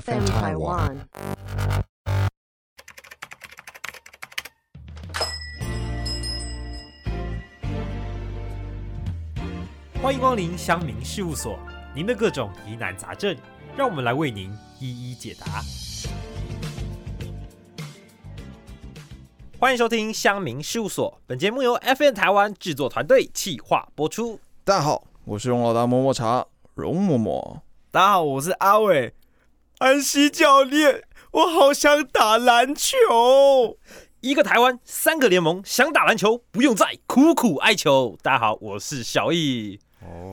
FM Taiwan. 欢迎光临乡民事务所，您的各种疑难杂症，让我们来为您一一解答。欢迎收听乡民事务所，本节目由 FN 台湾制作团队企划播出。大家好，我是容老大摸摸茶，容嬷哦嬷。大家好，我是阿伟，安西教练，我好想打篮球。一个台湾，三个联盟，想打篮球不用再苦苦哀求。大家好，我是小易。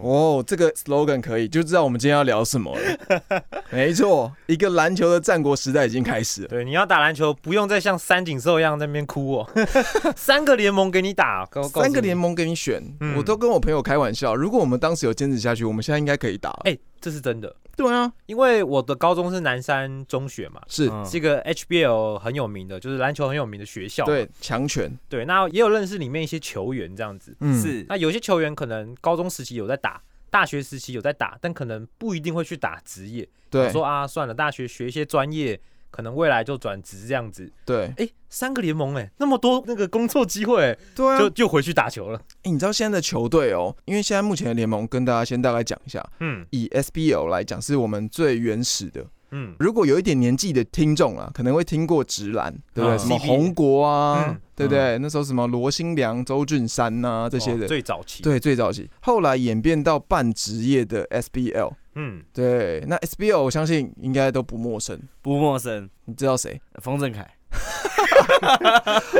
哦，这个 slogan 可以，就知道我们今天要聊什么了。 没错，一个篮球的战国时代已经开始了。对，你要打篮球，不用再像三井寿一样在那边哭哦。 三个联盟给你打，告三告个联。诉你盟给你选，嗯我都跟我朋友开玩笑，如果我们当时有坚持下去，我们现在应该可以打了。哎、这是真的，对啊，因为我的高中是南山中学嘛，是，是一个 HBL 很有名的，就是篮球很有名的学校。对，强权，对，那也有认识里面一些球员这样子。嗯，是那有些球员可能高中时期有在打，大学时期有在打，但可能不一定会去打职业。对，说啊，算了，大学学一些专业，可能未来就转职这样子。对，哎、三个联盟哎、那么多那个工作机会、哎对啊就。就回去打球了。哎你知道现在的球队哦，因为现在目前的联盟，跟大家先大概讲一下，嗯以 SBL 来讲，是我们最原始的，嗯，如果有一点年纪的听众啊，可能会听过直男，对不对？嗯什么红国啊，嗯对不对？那时候什么罗新良、周俊山呐、这些哦的，最早期。，对，最早期，后来演变到半职业的 SBL。嗯，对，那 SBL 我相信应该都不陌生，不陌生，你知道谁冯振凯，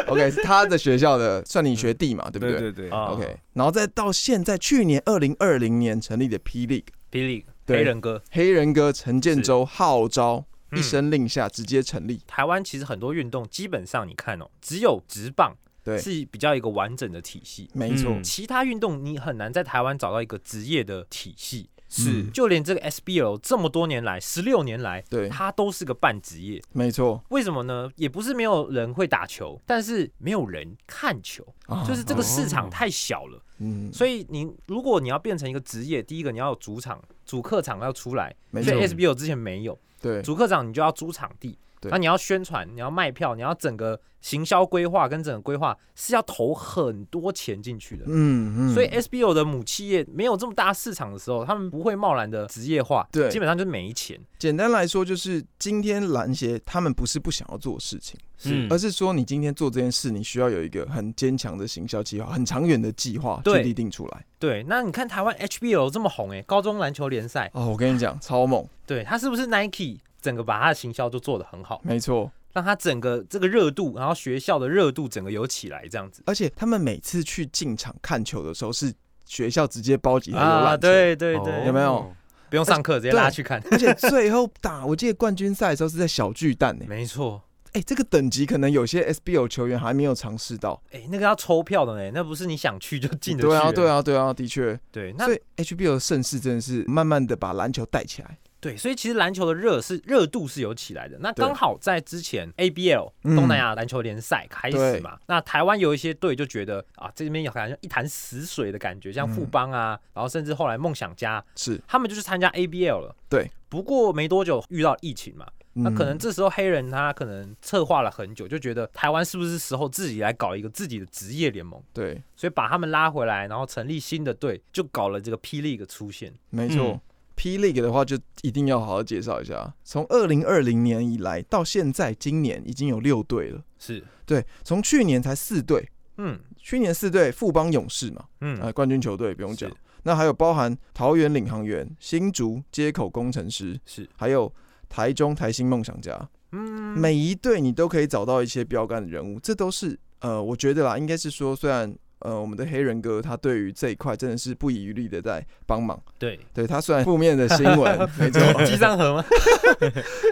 ？OK，是他的学校的算你学弟嘛，对不对对对，啊 OK，然后再到现在去年二零二零年成立的 P League，霹雳对黑人哥，黑人哥陈建州号召，嗯一声令下直接成立。台湾其实很多运动基本上你看哦，只有直棒对，是比较一个完整的体系。没错，嗯其他运动你很难在台湾找到一个职业的体系，是就连这个 SBL 这么多年来，十六年来，对，它都是个半职业。没错，为什么呢？也不是没有人会打球，但是没有人看球，啊就是这个市场太小了。嗯，所以你如果你要变成一个职业，第一个你要有主场、主客场要出来，没所错，以 SBL 之前没有对，主客场，你就要租场地，对那你要宣传，你要卖票，你要整个行销规划跟整个规划是要投很多钱进去的。嗯嗯，所以呃 SBO 的母企业没有这么大市场的时候，他们不会贸然的职业化，对基本上就是没钱，简单来说，就是今天篮协他们不是不想要做事情，嗯而是说你今天做这件事，你需要有一个很坚强的行销计划，很长远的计划去对立定出来。对，那你看台湾 HBO 这么红诶、高中篮球联赛，哦，我跟 你讲，超猛，对它是不是 Nike 整个把它的行销都做得很好，没错。让它整个这个热度，然后学校的热度整个有起来这样子而且他们每次去进场看球的时候，是学校直接包几台游啊，览车，对对对，哦有没有？不用上课直接拉去看，而且最后打，我记得冠军赛的时候是在小巨蛋呢、没错。哎、这个等级可能有些 SBO 球员还没有尝试到。哎、那个要抽票的呢，那不是你想去就进得去对啊，了对啊，对啊，的确。对，那所以 HBO 的盛世真的是慢慢的把篮球带起来。对，所以其实篮球的热是热度是有起来的。那对刚好在之前 ABL 嗯东南亚篮球联赛开始嘛，那台湾有一些队就觉得啊，这边有好像一潭死水的感觉，像富邦嗯啊，然后甚至后来梦想家，是，他们就去参加 ABL 了。对，不过没多久遇到疫情嘛，那可能嗯这时候黑人他可能策划了很久，就觉得台湾是不是时候自己来搞一个自己的职业联盟，对，所以把他们拉回来，然后成立新的队，就搞了这个 P League 出现。没错。P League 的话，就一定要好好介绍一下。从二零二零年以来到现在，今年已经有六队了。是，对，从去年才四队，嗯去年四队富邦勇士嘛，嗯，呃，冠军球队不用讲是。那还有包含桃园领航员、新竹接口工程师，是，还有台中台新梦想家。嗯，每一队你都可以找到一些标杆的人物，这都是呃，我觉得啦，应该是说，虽然呃，我们的黑人哥他对于这一块真的是不遗余力的在帮忙，对，对他虽然负面的新 闻没错，机上盒 吗？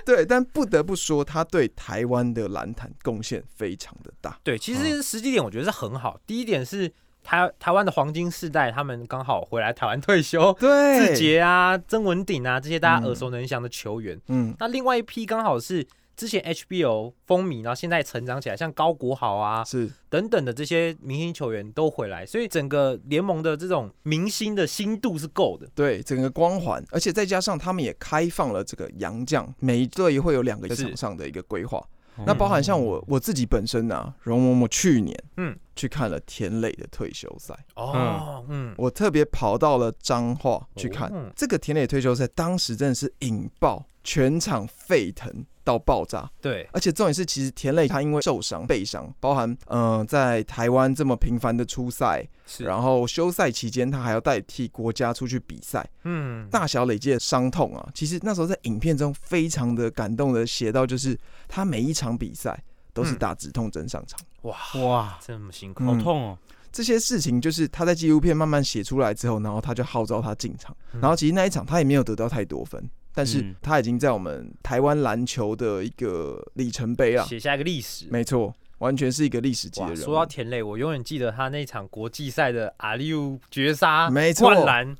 对，但不得不说他对台湾的篮坛贡献非常的大，对，其实时机点我觉得是很好。第一点是台台湾的黄金世代，他们刚好回来台湾退休，对志杰啊、曾文鼎啊这些大家嗯耳熟能详的球员。嗯，那另外一批刚好是之前 HBO 风靡，然后现在成长起来，像高国豪啊是等等的这些明星球员都回来，所以整个联盟的这种明星的心度是够的。对整个光环，而且再加上他们也开放了这个洋将，每一队会有两个是哦场上的一个规划。嗯那包含像我我自己本身呢、啊，容嬷嬷去年嗯去看了田磊的退休赛，哦，嗯，我特别跑到了彰化去看、嗯这个田磊退休赛，当时真的是引爆，全场沸腾到爆炸。对，而且重点是，其实田磊他因为受伤、背伤，包含嗯、呃在台湾这么频繁的出赛，是，然后休赛期间他还要代替国家出去比赛，嗯，大小累积的伤痛啊，其实那时候在影片中非常的感动的写到，就是他每一场比赛都嗯是打止痛针上场。哇，哇，这么辛苦，嗯好痛哦！这些事情就是他在纪录片慢慢写出来之后，然后他就号召他进场，嗯然后其实那一场他也没有得到太多分，但是嗯他已经在我们台湾篮球的一个里程碑啊了。写下一个历史。没错，完全是一个历史级的哇，人物。说到田磊，我永远记得他那场国际赛的阿利乌绝杀，没错灌篮，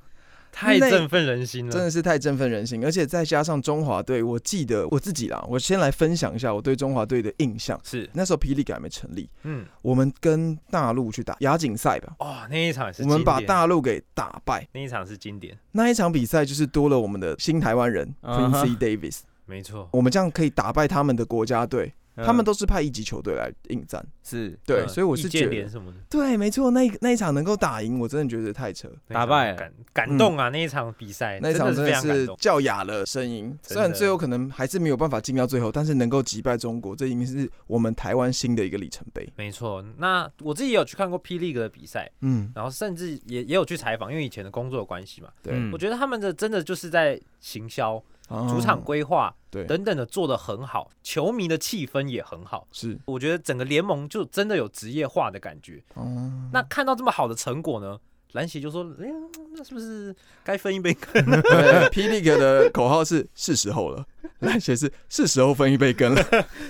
太那振奋人心了，真的是太振奋人心，而且再加上中华队，我记得我自己啦，我先来分享一下我对中华队的印象。是，那时候霹雳感还没成立，嗯，我们跟大陆去打亚锦赛吧，哦，那一场也是经典，我们把大陆给打败。那一场是经典，那一场比赛就是多了我们的新台湾人啊嗯 Quincy 哼 Davis，没错，我们这样可以打败他们的国家队，他们都都是派一级球队来应战。是对，嗯所以我易是觉建联得，什么的对，没错，那一那一场能够打赢，我真的觉得太扯。那一场打败感感动啊！那一场比赛，嗯那一真场的是真非的常感是动，叫哑了声音，的虽然最后可能还是没有办法进到最后，但是能够击败中国，这已经是我们台湾新的一个里程碑。没错。那我自己也有去看过霹雳哥的比赛，嗯，然后甚至也也有去采访，因为以前的工作的关系嘛，对，嗯我觉得他们的真的就是在行销、啊主场规划对等等的做得很好，球迷的气氛也很好。是我觉得整个联盟就真的有职业化的感觉。哦，那看到这么好的成果呢，篮协就说：“哎、呀，那是不是该分一杯羹？ 对霹雳哥的口号是是时候了，篮协是是时候分一杯羹了。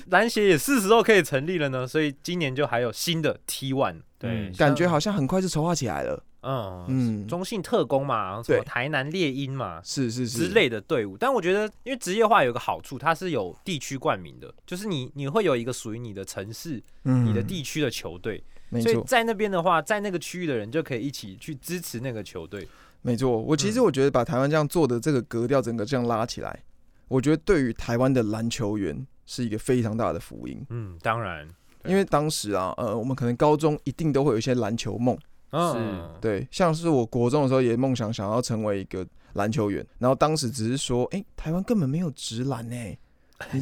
篮协也是时候可以成立了呢。”所以今年就还有新的 T One，嗯对，像感觉好像很快就筹划起来了。嗯嗯，中信特工嘛，什么对台南猎鹰嘛。是是是之类的队伍，但我觉得，因为职业化有个好处，它是有地区冠名的，就是你你会有一个属于你的城市、嗯你的地区的球队，没所以错在那边的话，在那个区域的人就可以一起去支持那个球队。没错。我其实嗯我觉得把台湾这样做的这个格调整个这样拉起来，我觉得对于台湾的篮球员是一个非常大的福音。嗯，当然，因为当时啊，呃，我们可能高中一定都会有一些篮球梦，嗯，对，像是我国中的时候也梦想想要成为一个篮球员，然后当时只是说，哎、台湾根本没有职篮哎，你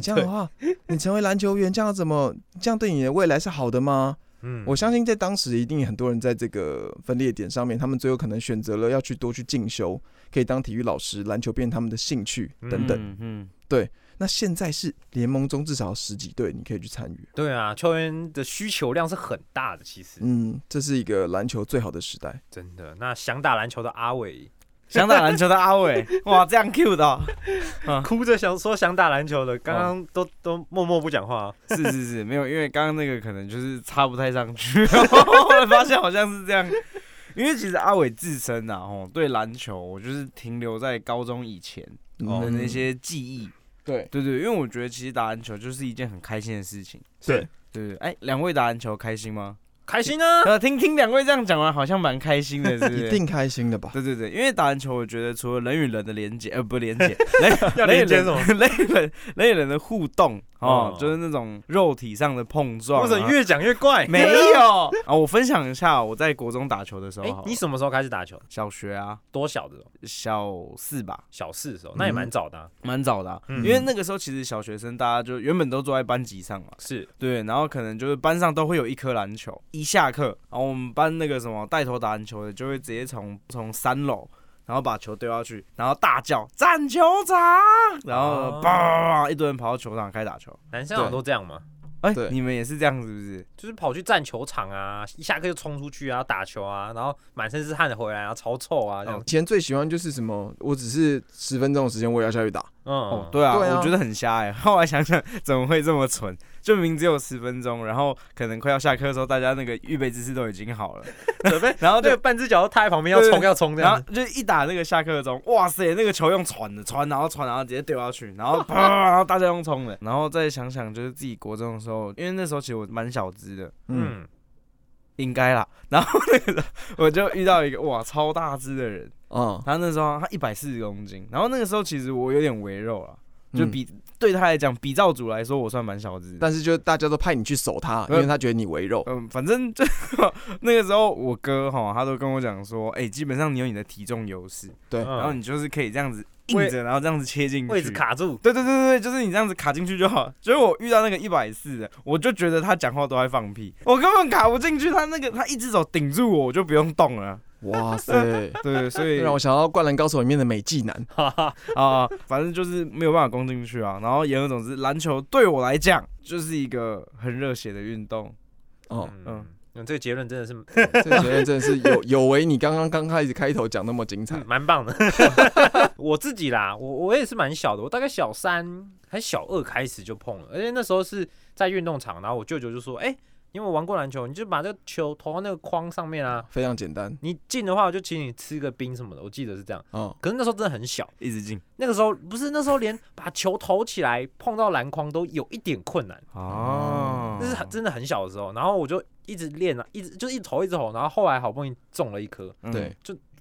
这样的话，你成为篮球员，这样怎么，这样对你的未来是好的吗？嗯我相信在当时一定很多人在这个分裂点上面，他们最后可能选择了要去多去进修，可以当体育老师，篮球变他们的兴趣等等。嗯嗯，那现在是联盟中至少有十几队你可以去参与，对啊，球员的需求量是很大的，其实、嗯，这是一个篮球最好的时代。真的。那想打篮球的阿伟，想打篮球的阿 伟，哇，这样 Q 的哦，哭着想说想打篮球的，刚刚都、都默默不讲话。啊是是是，没有，因为刚刚那个可能就是插不太上 去，后来发现好像是这样。因为其实阿伟自身啊，哦，对篮球，我就是停留在高中以前哦的那些记忆。嗯对对对，因为我觉得其实打篮球就是一件很开心的事情。对对对，哎，两位打篮球开心吗？开心啊！呃，听听两位这样讲完，好像蛮开心的，是不是？一定开心的吧？对对对，因为打篮球，我觉得除了人与人的连接，呃，不连接，要人与连接人 什么？人与人人与人的互动哦哦，就是那种肉体上的碰撞啊。或者越讲越 怪？没有啊？我分享一下我在国中打球的时候哎、好了，你什么时候开始打球？小学啊，多小的时候？小四吧，小四的时候，那也嗯蛮早的啊、蛮早的啊、嗯因为那个时候其实小学生大家就原本都坐在班级上嘛，是对，然后可能就是班上都会有一颗篮球，一下课，然后我们班那个什么带头打篮球的就会直接从从三楼，然后把球丢下去，然后大叫占球场，然后哦叭、一堆人跑到球场开始打球。男生好像对都这样嘛，哎、对你们也是这样是不是？就是跑去占球场啊，一下课就冲出去啊，打球啊，然后满身哦是汗的回来啊，超臭啊，这样以前最喜欢就是什么？我只是十分钟的时间，我也要下去打。哦嗯，，对啊，对啊我觉得很瞎哎、 后来想想，怎么会这么蠢？就明明只有十分钟，然后可能快要下课的时候，大家那个预备姿势都已经好了，准备， 然后那就个半只脚踏在旁边要冲对要冲这然样后子，就一打那个下课钟，哇塞，那个球用传的传，然后传，然后直接丢下去，然后 啪，然后大家用冲的，然后再想想就是自己国中的时候，因为那时候其实我蛮小只的，嗯，嗯，应该啦。然后那个时候我就遇到一个哇超大只的人，嗯哦，他那时候他一百四十公斤，然后那个时候其实我有点微肉了，就嗯，比、对他来讲，比照组来说我算蛮小只的。但是就大家都派你去守他，因为他觉得你围 肉。嗯，反正就 那个时候我哥哈，他都跟我讲说，哎、基本上你有你的体重优势，对然后嗯你就是可以这样子硬着，然后这样子切进去，位置卡住，对对对对，就是你这样子卡进去就好。 所以我遇到那个一百四的，我就觉得他讲话都在放屁，我根本卡不进去。他那个他一只手顶住我，我就不用动了。哇塞，对，所这以让我想到《灌篮高手》里面的美纪男。哈哈， 啊、反正就是没有办法攻进去啊。然后言而总之，篮球对我来讲就是一个很热血的运动。哦，嗯嗯，嗯这个结论真的是 这个结论真的是 有有违你刚刚刚开始开头讲那么精彩嗯。蛮棒的。 我自己啦，我我也是蛮小的，我大概小三还小二开始就碰了，而且那时候是在运动场，然后我舅舅就说：“哎、你有没有玩过篮球？你就把这个球投到那个框上面啊，非常简单你进的话我就请你吃个冰什么的。”我记得是这样。哦，可是那时候真的很小，一直进那个时候不是那时候连把球投起来碰到篮筐都有一点困难，哦，嗯那是很真的很小的时候。然后我就一直练啊，一直就一直投一直投，然后后来好不容易中了一颗，嗯对，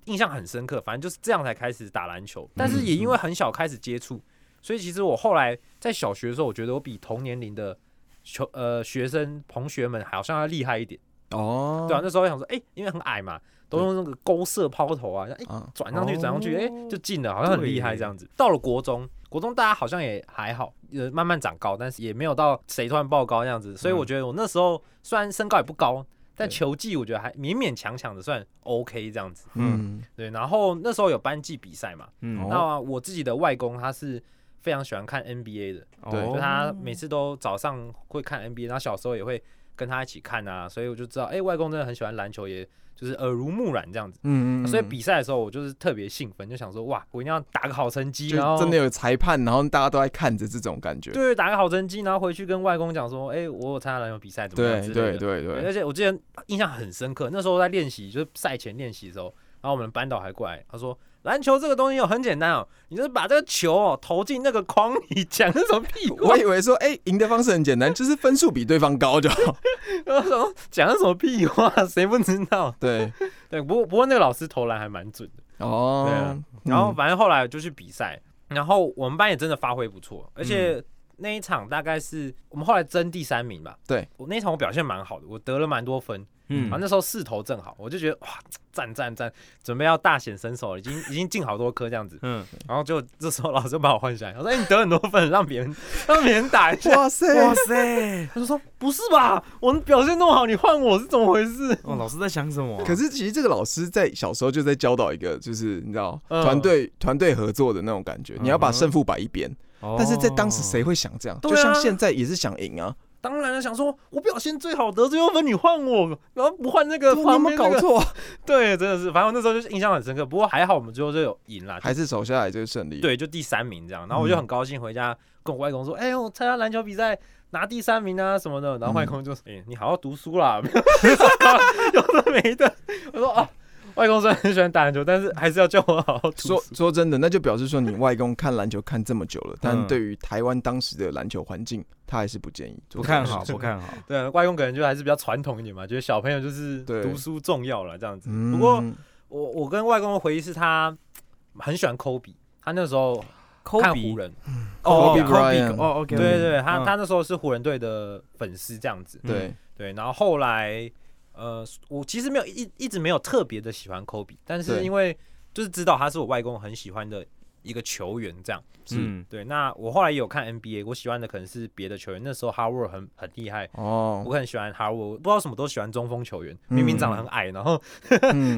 印象很深刻，反正就是这样才开始打篮球，但是也因为很小开始接触，所以其实我后来在小学的时候，我觉得我比同年龄的球呃学生同学们好像要厉害一点，哦，对啊，那时候想说，哎、因为很矮嘛，都用那个勾射抛投啊，哎、啊，转上去转上去，哎、哦就进了，好像很厉害对这样子。到了国中，国中大家好像也还好，呃，慢慢长高，但是也没有到谁突然爆高那样子，所以嗯我觉得我那时候虽然身高也不高，但对球技我觉得还勉勉强强的算 OK 这样子。嗯，对，然后那时候有班级比赛嘛，嗯哦那、我自己的外公他是非常喜欢看 NBA 的，哦对就他每次都早上会看 NBA，然后小时候也会跟他一起看啊，所以我就知道，哎、外公真的很喜欢篮球，也就是耳濡目染这样子。嗯嗯，所以比赛的时候，我就是特别兴奋，就想说，哇，我一定要打个好成绩，就然后真的有裁判，然后大家都在看着这种感觉。对打个好成绩，然后回去跟外公讲说，哎、我有参加篮球比赛，怎么样对之类对的。对对对，而且我之前印象很深刻，那时候在练习，就是赛前练习的时候，然后我们班导还过来，他说：“篮球这个东西哦很简单哦，你就是把这个球哦投进那个框里，讲那什么屁话我，以为说，哎，赢的方式很简单，就是分数比对方高就好。 我说讲那什么屁话，谁不知道？对，对，不过不过那个老师投篮还蛮准的。对哦啊，然后反正后来就去比赛，然后我们班也真的发挥不错，而嗯且那一场大概是我们后来争第三名吧。对，我那一场我表现蛮好的，我得了蛮多分。嗯然后那时候势头正好，我就觉得哇，赞赞赞，准备要大显身手了，已经已经进好多颗这样子。嗯，然后就这时候老师就把我换下来，我说：“哎、你得很多分，让别人让别人打一 下。哇塞，哇 塞”，他就说：“不是吧，我表现那么好，你换我是怎么回事哦，老师在想什么啊？可是其实这个老师在小时候就在教导一个，就是你知道嗯团队团队合作的那种感觉，你要把嗯哼胜负摆一边。哦，但是在当时谁会想这样？对就啊像现在也是想赢啊，？”当然了，想说我表现最好，得最多分，你换我，然后不换那个啊你有旁没边有那搞个。错？对，真的是，反正我那时候就是印象很深刻。不过还好我们最后就有赢啦，还是嗯守下来就是胜利。，对，就第三名这样。然后我就很高兴回家跟我外公说：“哎、我参加篮球比赛拿第三名啊什么的。”然嗯后外公就说：“哎、你好好读书啦， 没有有的没的。”我说：“啊，外公虽然很喜欢打篮球，但是还是要叫我好好读说书。说真的，那就表示说你外公看篮球看这么久了，但嗯对于台湾当时的篮球环境，他还是不建议，不看 好，。不看好。”对，外公可能就还是比较传统一点嘛，觉得小朋友就是对读书重要了这样子。嗯不过我我跟外公的回忆是他很喜欢科比，他那时候科看比湖，人，哦 Kobe Bryant 哦，OK，对对对，嗯他他那时候是湖人队的粉丝这样子。对，对，然后后来，呃，我其实没有一一直没有特别的喜欢科比，但是对因为就是知道他是我外公很喜欢的一个球员，这样。嗯，对，那我后来也有看 NBA，我喜欢的可能是别的球员。那时候哈沃很很厉害，哦，我很喜欢哈沃，不知道为什么都喜欢中锋球员，明明长得很矮，然后 嗯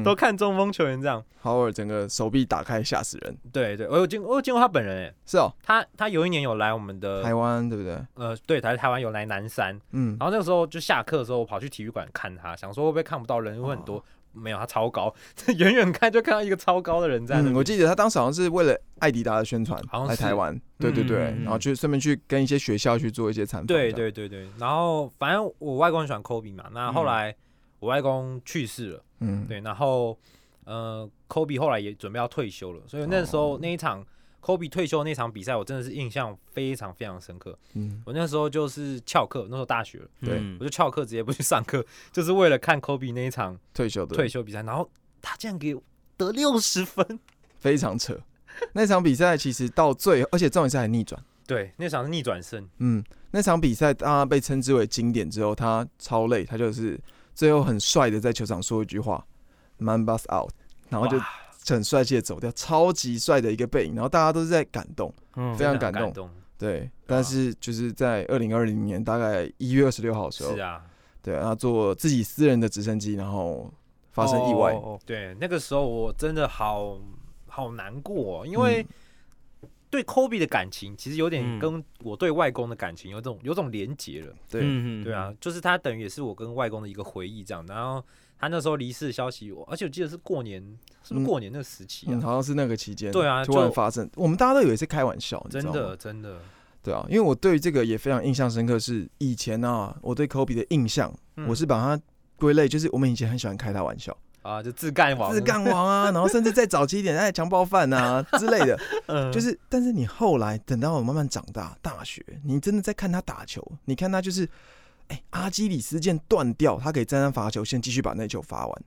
都看中锋球员这样。豪尔整个手臂打开吓死人，对对，我有见我有见过他本人，哎，是哦，他他有一年有来我们的台湾对不对？呃，对，台台湾有来南山，嗯哦然后那个时候就下课的时候，我跑去体育馆看他，想说会不会看不到人，会很多。没有，他超高， 远远看就看到一个超高的人在那嗯，边。我记得他当时好像是为了艾迪达的宣传好像来是台湾，对对对，嗯然后去顺便去跟一些学校去做一些参访。对这对样，对对，然后反正我外公很喜欢科比嘛，那后来我外公去世了，嗯，对，然后呃，科比后来也准备要退休了，所以那时哦候那一场科比退休那场比赛，我真的是印象非常非常深刻。嗯，我那时候就是翘课，那时候大学了，对嗯我就翘课直接不去上课，就是为了看科比那一场退休的退休比赛，然后他竟然给我得六十分，非常扯。那场比赛其实到最后，而且重点是还逆转。对，那场是逆转胜，嗯，那场比赛当他被称之为经典之后，他超累，他就是最后很帅的在球场说一句话 “Man bus out”，然后就哇很帅气的走掉，超级帅的一个背影，然后大家都是在感动，嗯非常真的很感动感动，对。但是就是在二零二零年大概一月二十六号的时候是，啊，对，他坐自己私人的直升机，然后发生意外，哦哦对，那个时候我真的好好难过哦、因嗯为对 Kobe 的感情其实有点嗯跟我对外公的感情有种有种连结了。哦对，嗯对啊，，就是他等于也是我跟外公的一个回忆这样。然后他那时候离世的消息，我而且我记得是过年，是不嗯是过年那个时期啊？嗯，好像是那个期间，对啊突然就发生，我们大家都以为是开玩笑，你知真道吗的真的，对啊，因为我对这个也非常印象深刻，是以前啊，我对科比的印象，嗯我是把它归类，就是我们以前很喜欢开他玩笑，啊，就自干王，自干王啊，然后甚至再早期一点，哎，强暴犯啊之类的，嗯，就是是，但是你后来等到我慢慢长大，大学，你真的在看他打球，你看他就是，哎、阿基里斯腱断掉，他可以站上罚球线继续把那球罚完，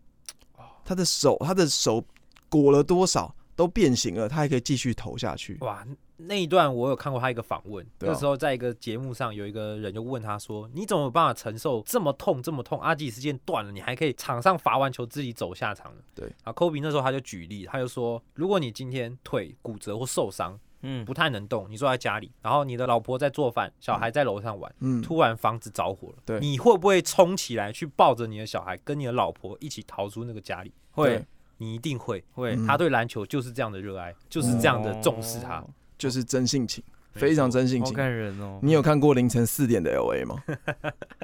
他的手，他的手裹了多少都变形了，他还可以继续投下去，哇。那一段我有看过他一个访问，对啊那时候在一个节目上有一个人就问他说：“你怎么有办法承受这么痛这么痛？啊阿基里斯腱断了，你还可以场上罚完球自己走下场呢？”对啊，科比那时候他就举例，他就说：“如果你今天腿骨折或受伤，嗯不太能动，你坐在家里，然后你的老婆在做饭，小孩在楼上玩，嗯，突然房子着火了，对你会不会冲起来去抱着你的小孩，跟你的老婆一起逃出那个家里？会你一定会。会嗯他对篮球就是这样的热爱，就是这样的重视他。哦就是真性情，哦非常真性好情。感人哦。你有看过凌晨四点的 L A 吗？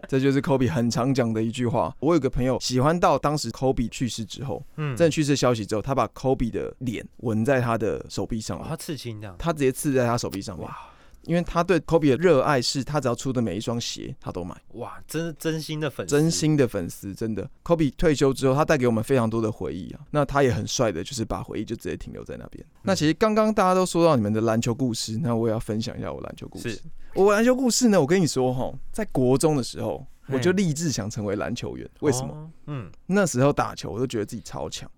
这就是科比很常讲的一句话。我有个朋友喜欢到当时科比去世之后，嗯，真的去世消息之后，他把科比的脸纹在他的手臂上哇，哦面他刺青这样，他直接刺在他手臂上面。哇因为他对科比的热爱是，他只要出的每一双鞋他都买，哇，真是真心的粉丝，真心的粉丝，真的。科比退休之后，他带给我们非常多的回忆啊。那他也很帅的，就是把回忆就直接停留在那边。那其实刚刚大家都说到你们的篮球故事，那我也要分享一下我篮球故事是。我篮球故事呢，我跟你说哈，在国中的时候，嘿我就立志想成为篮球员。为什么？哦？嗯， 那时候打球，我都觉得自己超强，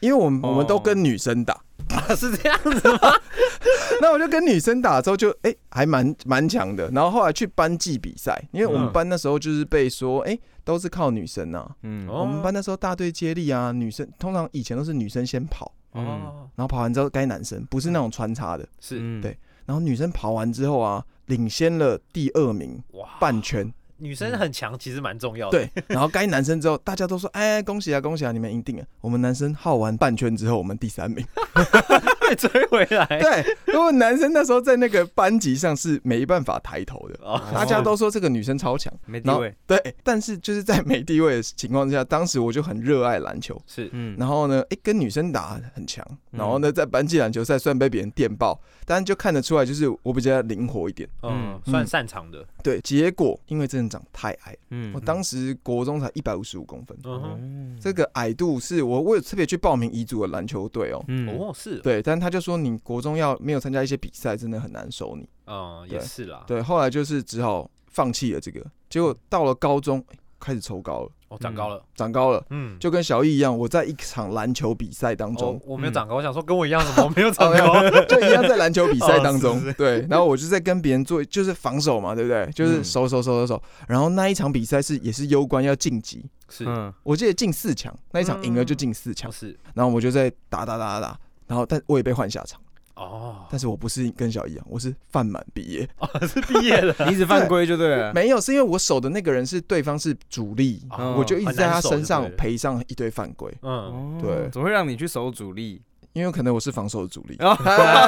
因为我们我们都跟女生打，啊是这样子， 那我就跟女生打之后就哎、还蛮蛮强的，然后后来去班级比赛，因为我们嗯班那时候就是被说哎、都是靠女生啊，嗯哦我们班那时候大队接力啊，女生通常以前都是女生先跑，嗯哦，然后跑完之后该男生，不是那种穿插的，是对然后女生跑完之后啊，领先了第二名哇，半圈，女生很强，其实蛮重要的，对，然后该男生之后，大家都说哎恭喜啊恭喜啊，你们赢定了。我们男生耗完半圈之后，我们第三名。被 追回来，对，如果男生那时候在那个班级上是没办法抬头的，哦，大家都说这个女生超强。没地然后位，对，但是就是在没地位的情况下，当时我就很热爱篮球。是嗯然后呢，哎、跟女生打很强。然后呢，在班级篮球赛虽然被别人电爆，但就看得出来，就是我比较灵活一点。嗯嗯，算擅长的，对，结果因为真的长太矮了，嗯哦我当时国中才一百五十五公分，嗯哼，这个矮度是我我有特别去报名乙组的篮球队哦。嗯哦是，对，但他就说你国中要没有参加一些比赛，真的很难收你。嗯对也是啊啦，对，后来就是只好放弃了这个。结果到了高中，哎开始抽高了，哦嗯长高了。长高了，嗯，就跟小易一样，我在一场篮球比赛当哦中，，我没有嗯长高，我想说跟我一样，怎么没有长 哦没有高？就一样在篮球比赛当 中，哦是对。然后我就在跟别人做，就是防守嘛，对不对？就是嗯守守守守守。然后那一场比赛是也是攸关要晋级，是，哦嗯我记得进四强，那一场赢了就进四强。是，然后我就在打打打打打，然后但我也被换下场，哦， 但是我不是跟小易一样，我是犯满毕业，哦是毕业了，你一直犯规就对 了，没有，是因为我守的那个人是对方是主力，嗯哦我就一直在他身上很难守就对了赔上一堆犯规，嗯嗯，哦对怎么会让你去守主力？因为可能我是防守的主力 哦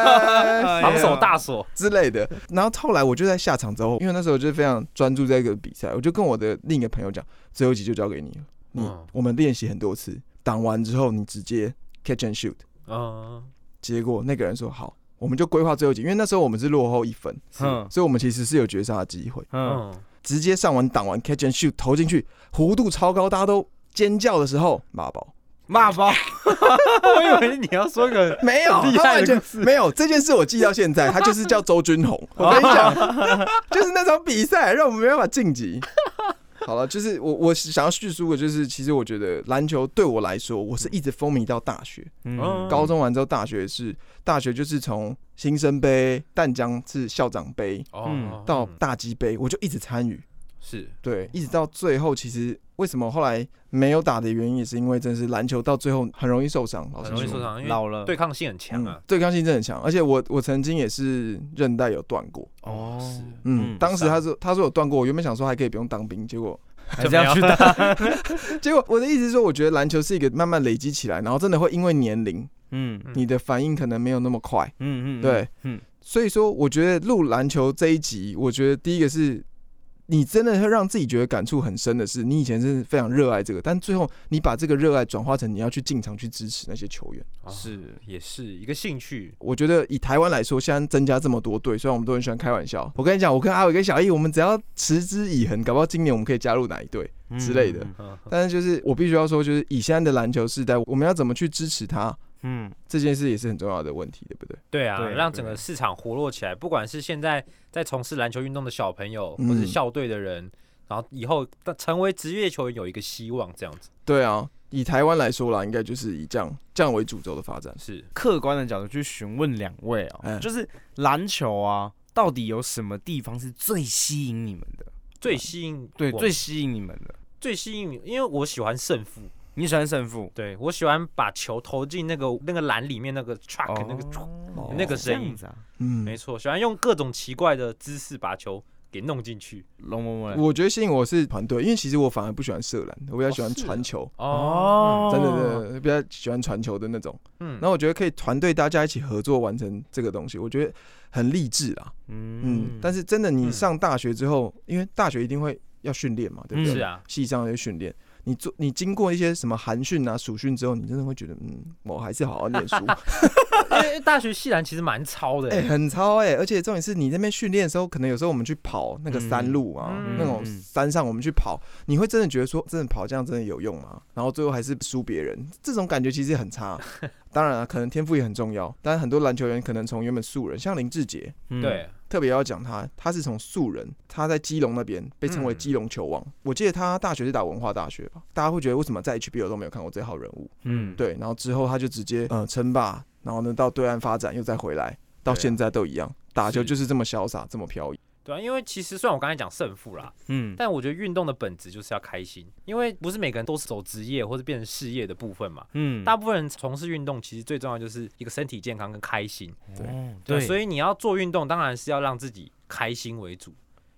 哎防守大锁，之类的。然后后来我就在下场之后，因为那时候我就非常专注在一个比赛，我就跟我的另一个朋友讲，最后一集就交给你了。你、嗯我们练习很多次，挡完之后你直接 catch and shoot。嗯，结果那个人说好，我们就规划最后一集，因为那时候我们是落后一分，嗯所以我们其实是有绝杀的机会。嗯，嗯，直接上完挡完 catch and shoot 投进去，弧度超高，大家都尖叫的时候，马宝骂包，我以为你要说个没有，厉他害完的全故事没有这件事，我记到现在，他就是叫周君宏。 我跟你讲，就是那场比赛让我们没办法晋级。 好了，就是我我想要叙述的，就是其实我觉得篮球对我来说，我是一直风靡到大学，嗯高中完之后大学是大学就是从新生杯、淡江是校长杯哦，到嗯大鸡杯，我就一直参与。是对，一直到最后，其实为什么后来没有打的原因，也是因为真是篮球到最后很容易受伤，老很实容易说。受伤，因为老了，对抗性很强嗯啊。，对抗性真的很强，而且我我曾经也是韧带有断过，哦，是嗯嗯，当时他说他说有断过，我原本想说还可以不用当兵，结果还是要去 打，结果我的意思是说，我觉得篮球是一个慢慢累积起来，然后真的会因为年龄，嗯嗯你的反应可能没有那么快，嗯，嗯对，嗯所以说我觉得录篮球这一集，我觉得第一个是。你真的会让自己觉得感触很深的是，你以前是非常热爱这个，但最后你把这个热爱转化成你要去进场去支持那些球员。哦是也是一个兴趣，我觉得以台湾来说，现在增加这么多队，虽然我们都很喜欢开玩笑，我跟你讲，我跟阿伟跟小易，我们只要持之以恒，搞不好今年我们可以加入哪一队。嗯之类的嗯但是就是我必须要说，就是以现在的篮球时代，我们要怎么去支持他嗯，这件事也是很重要的问题，对不对？对啊，对让对整个市场活络起来，不管是现在在从事篮球运动的小朋友，嗯或是校队的人，然后以后当成为职业球员有一个希望，这样子对啊，以台湾来说啦，应该就是以这样这样为主轴的发展。是客观的角度去询问两位哦，嗯就是篮球啊，到底有什么地方是最吸引你们的？最吸引对，我最吸引你们的，最吸引你，因为我喜欢胜负，你喜欢胜负？对我喜欢把球投进那个那个篮里面那个 truck、那个 truck，哦那个声音这样子啊，嗯没，错，喜欢用各种奇怪的姿势把球给弄进去。龙嬷嬷嘞我觉得吸引我是团队，因为其实我反而不喜欢射篮，我比较喜欢哦是啊传球。哦，真的，真的比较喜欢传球的那种，嗯，那我觉得可以团队大家一起合作完成这个东西，我觉得很励志啦。嗯，但是是真的，你嗯上大学之后，因为大学一定会要训练嘛，对不嗯对？是啊，系上的训练，你做你经过一些什么寒训啊、暑训之后，你真的会觉得，嗯，我还是好好 念书。因为大学系篮其实蛮超的、欸哎、很超哎、而且重点是你那边训练的时候，可能有时候我们去跑那个嗯山路啊，嗯那种山上我们去跑，你会真的觉得说，真的跑这样真的有用吗？然后最后还是输别人，这种感觉其实很差。当然、啊，可能天赋也很重要，但很多篮球员可能从原本素人，像林志杰。嗯对，特别要讲他，他是从素人，他在基隆那边被称为嗯基隆球王。我记得他大学是打文化大学吧，大家会觉得为什么在 HBO 都没有看过这号人物？嗯，对，然后之后他就直接呃称霸，然后呢到对岸发展，又再回来，到对啊现在都一样，打球是就是这么潇洒，这么飘逸。对啊，因为其实虽然我刚才讲胜负啦，嗯，但我觉得运动的本质就是要开心，因为不是每个人都是走职业或者变成事业的部分嘛。嗯，大部分人从事运动，其实最重要就是一个身体健康跟开心。哦对，对，所以你要做运动，当然是要让自己开心为主。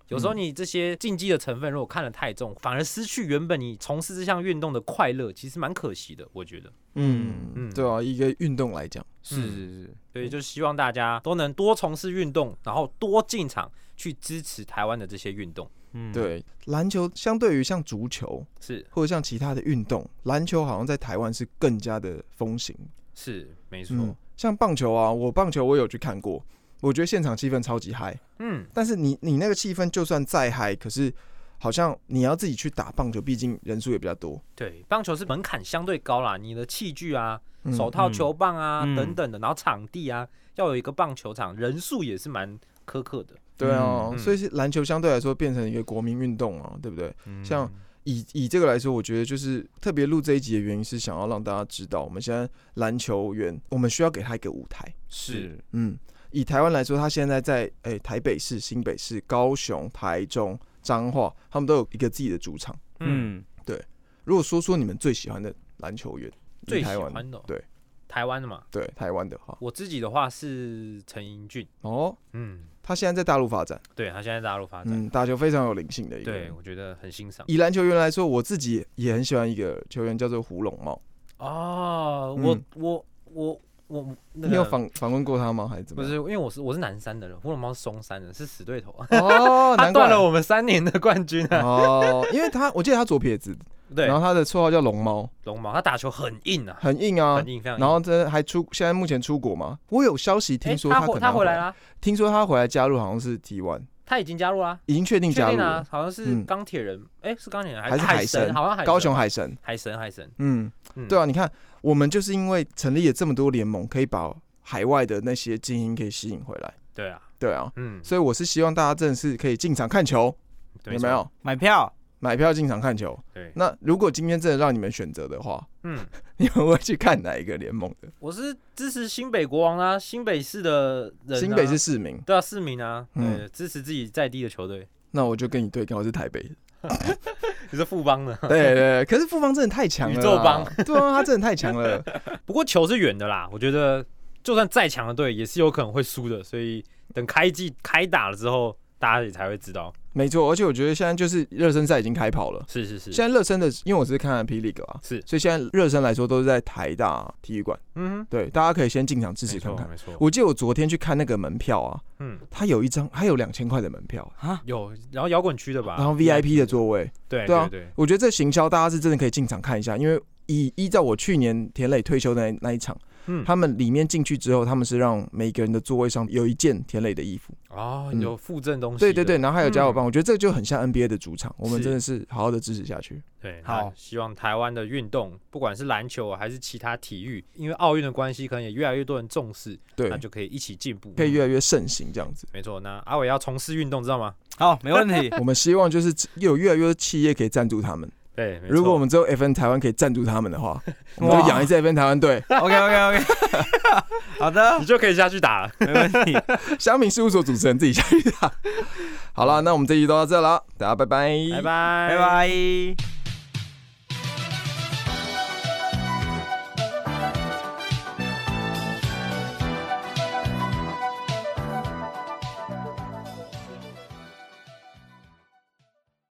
有时候你这些竞技的成分如果看得太重，反而失去原本你从事这项运动的快乐，其实蛮可惜的。我觉得，嗯嗯对啊，一个运动来讲，嗯是是是，所以就希望大家都能多从事运动，然后多进场去支持台湾的这些运动。嗯，对篮球相对于像足球是或者像其他的运动，篮球好像在台湾是更加的风行。是，没错。嗯，像棒球啊，我棒球我有去看过，我觉得现场气氛超级嗨。嗯但是你你那个气氛就算再嗨，可是好像你要自己去打棒球，毕竟人数也比较多。对，棒球是门槛相对高啦，你的器具啊、嗯手套、球棒啊、嗯等等的，然后场地啊，要有一个棒球场，人数也是蛮苛刻的。对啊，嗯嗯所以是篮球相对来说变成一个国民运动啊，对不对？嗯像以以这个来说，我觉得就是特别录这一集的原因是想要让大家知道，我们现在篮球员， 我们需要给他一个舞台。是嗯，以台湾来说，他现在在诶、台北市、新北市、高雄、台中、彰化，他们都有一个自己的主场。嗯，嗯，如果说出你们最喜欢的篮球员，以最喜台湾欢的哦对台湾的嘛，对台湾的话，我自己的话是陈英俊，哦，嗯，他现在在大陆发展。对他现在在大陆发展，嗯，打球非常有灵性的一个。对，我觉得很欣赏。以篮球员来说，我自己也很喜欢一个球员叫做胡龙茂。哦，我、嗯我我我那你有个访访问过他吗？还是怎不么样？是，因为我是我是南山的人，胡龙猫是松山人，是死对 头，啊哦，他 难断怪了我们三年的冠军啊。哦，因为他我记得他左撇子， 对然，后他的绰号叫龙猫，龙猫他打球很硬啊，很硬啊很。硬，非常硬。然后这还出，现在目前出国嘛？我有消息诶听说他可能他要回回来，啦，听说他回来加入好像是 T one，他已经加入啦，已经确定确加入定啊了，，好像是嗯钢铁人，哎，是钢铁人还是是海海神？神好像海神高雄海神。海神海神，嗯，嗯对啊，你看我们就是因为成立了这么多联盟，可以把海外的那些精英给吸引回来。对啊，对啊，嗯，所以我是希望大家真的是可以进场看球，对有没？有？买票，买票进场看球。对，那如果今天真的让你们选择的话，嗯，你们会去看哪一个联盟的？我是支持新北国王啊，新北市的人啊，新北是市民，对啊，市民啊，嗯对，支持自己在地的球队， 那我就跟你对，刚好是台北的。你是富邦的， 对对对，可是富邦真的太强了啦，宇宙邦对啊，他真的太强了。不过球是远的啦，我觉得就算再强的队也是有可能会输的，所以等开季开打了之后，大家也才会知道。没错，而且我觉得现在就是热身赛已经开跑了。是是是，现在热身的，因为我是看了 P League 啊，是所以现在热身来说都是在台大体育馆，嗯哼，对，大家可以先进场支没持看错看。没错，我记得我昨天去看那个门票啊，嗯，它有一张，还有两千块的门票，有，然后摇滚区的吧，然后 VIP 的，座位，对对对啊对，我觉得这行销大家是真的可以进场看一下，因为以依照我去年田磊退休的那那一场，嗯，他们里面进去之后，他们是让每个人的座位上有一件田磊的衣服，哦，嗯有附赠东西，对对对，，然后还有加油嗯棒，我觉得这就很像 NBA 的主场，我们是真的是好好的支持下去。对，好那希望台湾的运动，不管是篮球还是其他体育，因为奥运的关系，可能也越来越多人重视，对那，就可以一起进步，可以嗯越来越盛行这样子。。没错。那阿伟要从事运动，知道吗？好，没问题 我们希望就是有越来越多企业可以赞助他们。对，没错如果我们之后 FN 台湾可以赞助他们的 话，我们就养一支 FN 台湾队。 OK OK OK，好的你，就可以下去打了，没问题。香民事务所主持人自己 下去打。好了，那我们这一集就到这了，大家拜拜，拜拜拜拜。